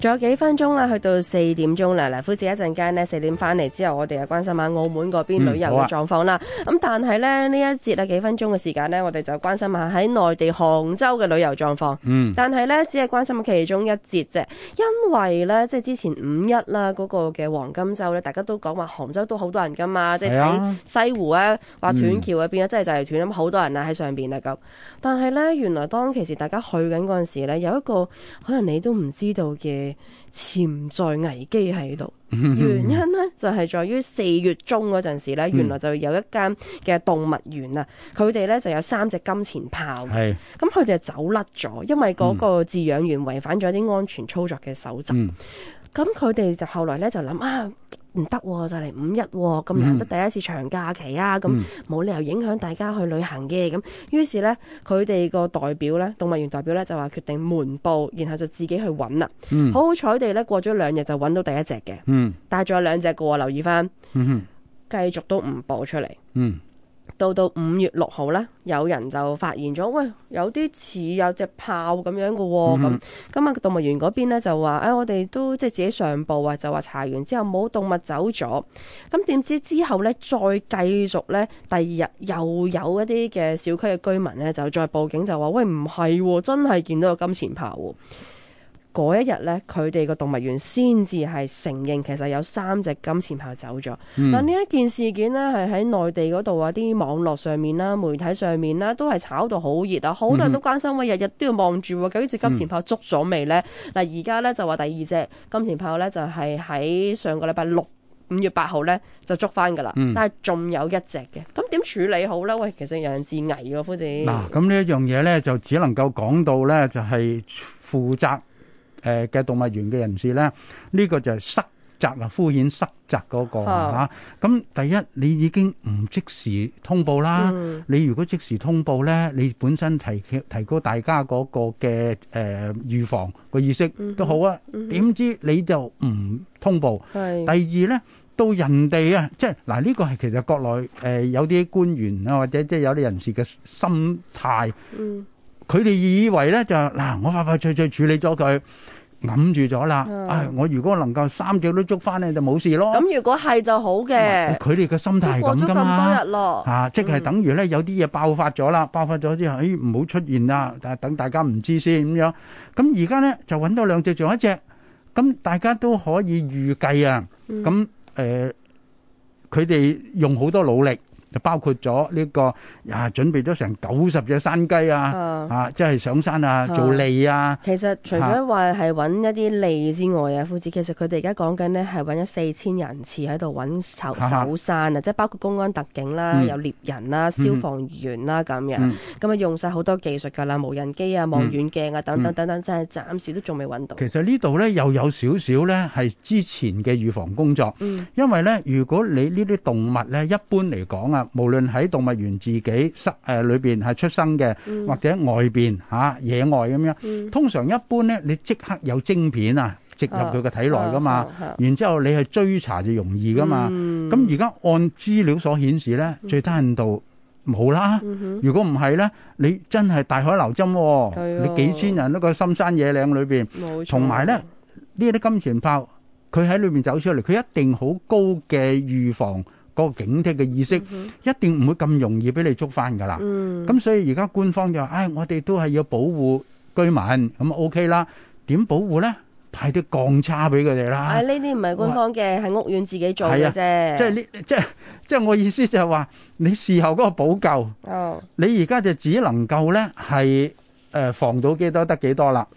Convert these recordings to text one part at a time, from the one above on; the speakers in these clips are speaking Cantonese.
仲有幾分鐘啦，去到四點鐘啦。嗱，夫子一陣間呢，四點翻嚟之後，我哋又關心下澳門嗰邊嗯旅遊好啊嘅狀況啦。咁、但係呢，呢一節啊幾分鐘嘅時間呢，我哋就關心下喺內地杭州嘅旅遊狀況。嗯，但係咧，只係關心其中一節啫，因為咧，即係之前五一啦，嗰、個嘅黃金周咧，大家都講話杭州都好多人噶嘛，即係係睇啊西湖咧，話斷橋嗰邊啊，真係就係斷咁，好多人啊喺上邊啦咁。但係咧，原來當其時大家去緊嗰陣時咧，有一個可能你都唔知道嘅潛在危機喺度。原因咧就係、在於四月中嗰陣時咧，原來就有一間嘅動物園啊，佢哋咧就有三隻金錢豹。係，咁佢哋就走甩咗，因為嗰個飼養員違反咗啲安全操作嘅守則。嗯咁佢哋就後來咧就諗啊，唔得喎，就嚟五一喎，咁難得第一次長假期啊，咁嗯冇、理由影響大家去旅行嘅。咁於是咧，佢哋個代表咧，動物園代表咧就話決定瞞報，然後就自己去揾啦。嗯，好好彩地咧，過咗兩日就揾到第一隻嘅，嗯，但係仲有兩隻嘅喎，留意翻，嗯，繼續都唔報出嚟。嗯，到到五月六號咧，有人就發現咗，喂，有啲似有隻豹咁樣嘅喎、咁咁啊，動物園嗰邊咧就話，誒、哎我哋都即係自己上報啊，就話查完之後冇動物走咗，咁點知之後咧再繼續咧，第二日又有一啲嘅小區嘅居民咧就再報警就話，喂，唔係喎，真係見到個金錢豹喎、嗰一日咧，佢哋個動物園先至係承認，其實有三隻金錢豹走咗。嗯嗱呢一件事件呢，係喺內地嗰度啊，啲網絡上面啦、媒體上面啦，都係炒到好熱啊！好多人嗯都關心，喂，日日都要望住喎，究竟只金錢豹捉咗未呢？嗱，而家呢，就話第二隻金錢豹呢，就係喺上個禮拜六。五月八號呢，就捉翻㗎啦，嗯但係仲有一隻嘅，咁點處理好呢？喂，其實有人自危㗎，夫子。嗱，咁呢一樣嘢咧，就只能夠講到咧，就係負責誒嘅動物園嘅人士咧，呢個就係失責啊，敷衍失責嗰個啊嚇。咁第一，你已經唔即時通報啦。嗯你如果即時通報咧，你本身提提高大家嗰個嘅誒、呃、預防個意識都好啊。點、知你就唔通報？係第二咧，到人哋啊，即係嗱呢個係其實國內誒、呃有啲官員啊，或者即係有啲人士嘅心態，嗯佢哋以為咧就嗱、我快快脆脆處理咗佢，揞住咗啦。嗯唉，我如果能夠三隻都捉翻咧，就冇事咯。咁如果係就好嘅，佢哋嘅心態都係過咗咁噶咁嘛多日。咯，啊，即係等於咧有啲嘢爆發咗啦，爆發咗之後，誒唔好出現啦，但係等大家唔知先咁樣。咁而家咧就揾到兩隻，仲有一隻，咁大家都可以預計啊。嗯咁誒，佢哋用好多努力，就包括咗呢個啊，準備咗成九十隻山雞啊，啊啊，即係上山啊，做餌啊，其實除咗話係揾一啲利之外啊，夫子，其實佢哋而家講緊呢係揾咗四千人次喺度揾搜哈哈搜山啊，即係包括公安特警啦、嗯有獵人啦、消防員啦咁樣，嗯咁啊用晒好多技術㗎啦，無人機啊、望遠鏡啊等等等等，真係暫時都仲未揾到。嗯其實呢度咧又有少少咧係之前嘅預防工作。嗯因為咧，如果你呢啲動物咧，一般嚟講啊，無論喺動物園自己室誒裏邊係出生嘅，或者外邊嚇、野外咁樣，嗯通常一般咧，你即刻有晶片啊植入佢嘅體內噶嘛，啊啊啊然之後你去追查就容易噶嘛。嗯咁而家按資料所顯示咧，最低限度冇啦。嗯如果唔係咧，你真係大海撈針喎、係啊你幾千人一個深山野嶺裏邊。冇錯同埋咧，呢啲金錢豹佢喺裏面走出嚟，佢一定好高嘅預防嗰個警惕嘅意識，一定唔會咁容易俾你捉翻㗎啦。嗯咁所以而家官方就話：，唉、我哋都係要保護居民，咁啊 OK 啦。點保護咧？派啲鋼叉俾佢哋啦唉，。呢啲唔係官方嘅，係屋苑自己做嘅啫。即係呢，即係即係我意思就係話，你事後嗰個補救，哦，你而家就只能夠咧係誒防到幾多得幾多啦。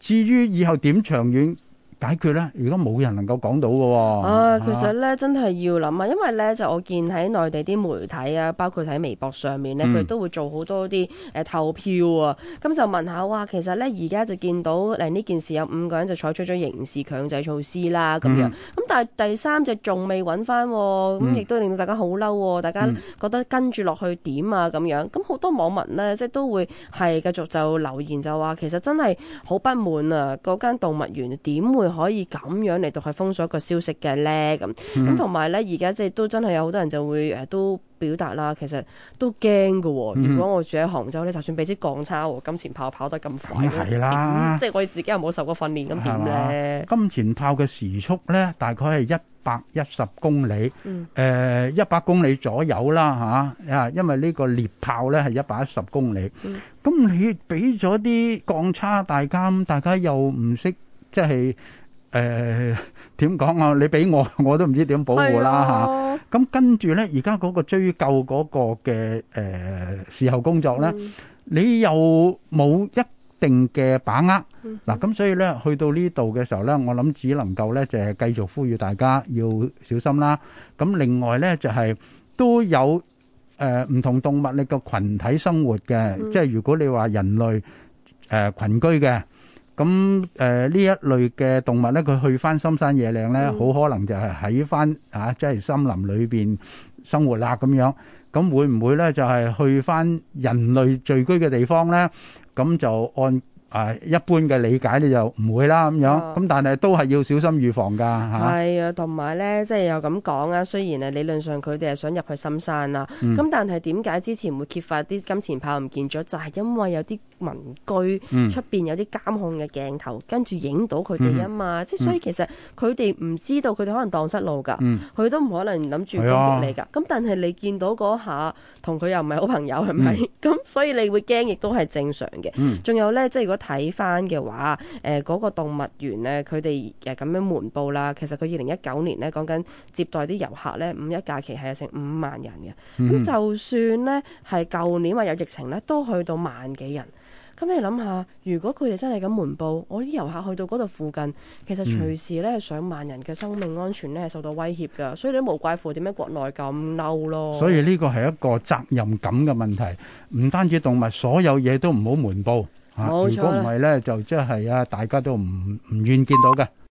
至於以後點長遠解決咧，如果冇人能夠講到嘅喎。啊，其啊實咧真係要諗啊，因為咧就我見喺內地啲媒體啊，包括喺微博上面咧，嗯佢都會做好多啲誒、呃投票啊，咁就問下哇，其實咧而家就見到誒呢件事有五個人就採取咗刑事強制措施啦，咁樣，咁、嗯但係第三隻仲未揾翻，咁嗯亦都令到大家好嬲喎，大家嗯覺得跟住落去點啊咁樣，咁好多網民咧即係都會係繼續就留言就話，其實真係好不滿啊，嗰間動物園點會會可以咁樣嚟到去封鎖一個消息嘅咧？咁嗯咁同埋咧，而家即係都真係有好多人就會誒、呃都表達啦，其實都驚嘅喎。嗯如果我住喺杭州咧，就算俾支鋼叉喎，金錢炮跑得咁快，咁係啊啦點即係我哋自己又冇受過訓練，咁點咧？金錢炮嘅時速咧，大概係一百一十公里，嗯誒一百公里左右啦嚇，啊，因為呢個獵炮咧係一百一十公里嗯，咁你俾咗啲鋼叉大家，咁大家又唔識即係誒點講啊？你俾我，我都唔知點保護啦嚇。係啊咁跟住咧，而家嗰個追究嗰個嘅誒、呃、事後工作咧，嗯你又冇一定嘅把握。嗯嗱，咁所以咧，去到呢度嘅時候咧，我諗只能夠咧就係繼續呼籲大家要小心啦。咁另外咧就係、都有誒唔、同動物你個群體生活嘅，嗯即係如果你話人類誒、呃、群居嘅。咁誒呢一類嘅動物咧，佢去翻深山野嶺咧，好、嗯可能就係喺翻啊，即係森林裏邊生活啦咁樣。咁會唔會咧就係、去翻人類聚居嘅地方咧？咁就按啊一般嘅理解你就唔會啦咁樣。啊咁、但係都係要小心預防㗎嚇。係啊，同埋咧，即係又咁講啊。雖然啊，理論上佢哋係想入去深山啦，嗯咁、但係點解之前會揭發啲金錢炮唔見咗？就係、因為有啲民居嗯出邊有啲監控嘅鏡頭，跟住影到佢哋啊嗯嘛。即係所以其實佢哋唔知道，佢哋可能蕩失路㗎。嗯，佢都唔可能諗住攻係啊擊你㗎，咁但係你見到嗰下同佢又唔係好朋友係咪？咁、所以你會驚，亦都係正常嘅。嗯仲有咧，即係如果睇翻嘅話，誒、嗰、個動物園咧，佢哋誒咁樣瞞報啦。其實佢二零一九年咧講緊接待啲遊客咧，五一假期係有成五萬人嘅。咁、嗯就算咧係舊年話有疫情咧，都去到萬幾人。咁你諗下，如果佢哋真係咁瞞報，我啲遊客去到嗰度附近，其嗯實隨時咧上萬人嘅生命安全咧係受到威脅㗎，所以你都無怪乎點解國內咁嬲咯。所以呢個係一個責任感嘅問題，唔單止動物，所有嘢都唔好瞞報。嚇冇錯如果唔啦係咧，就即係啊，大家都唔唔願見到嘅。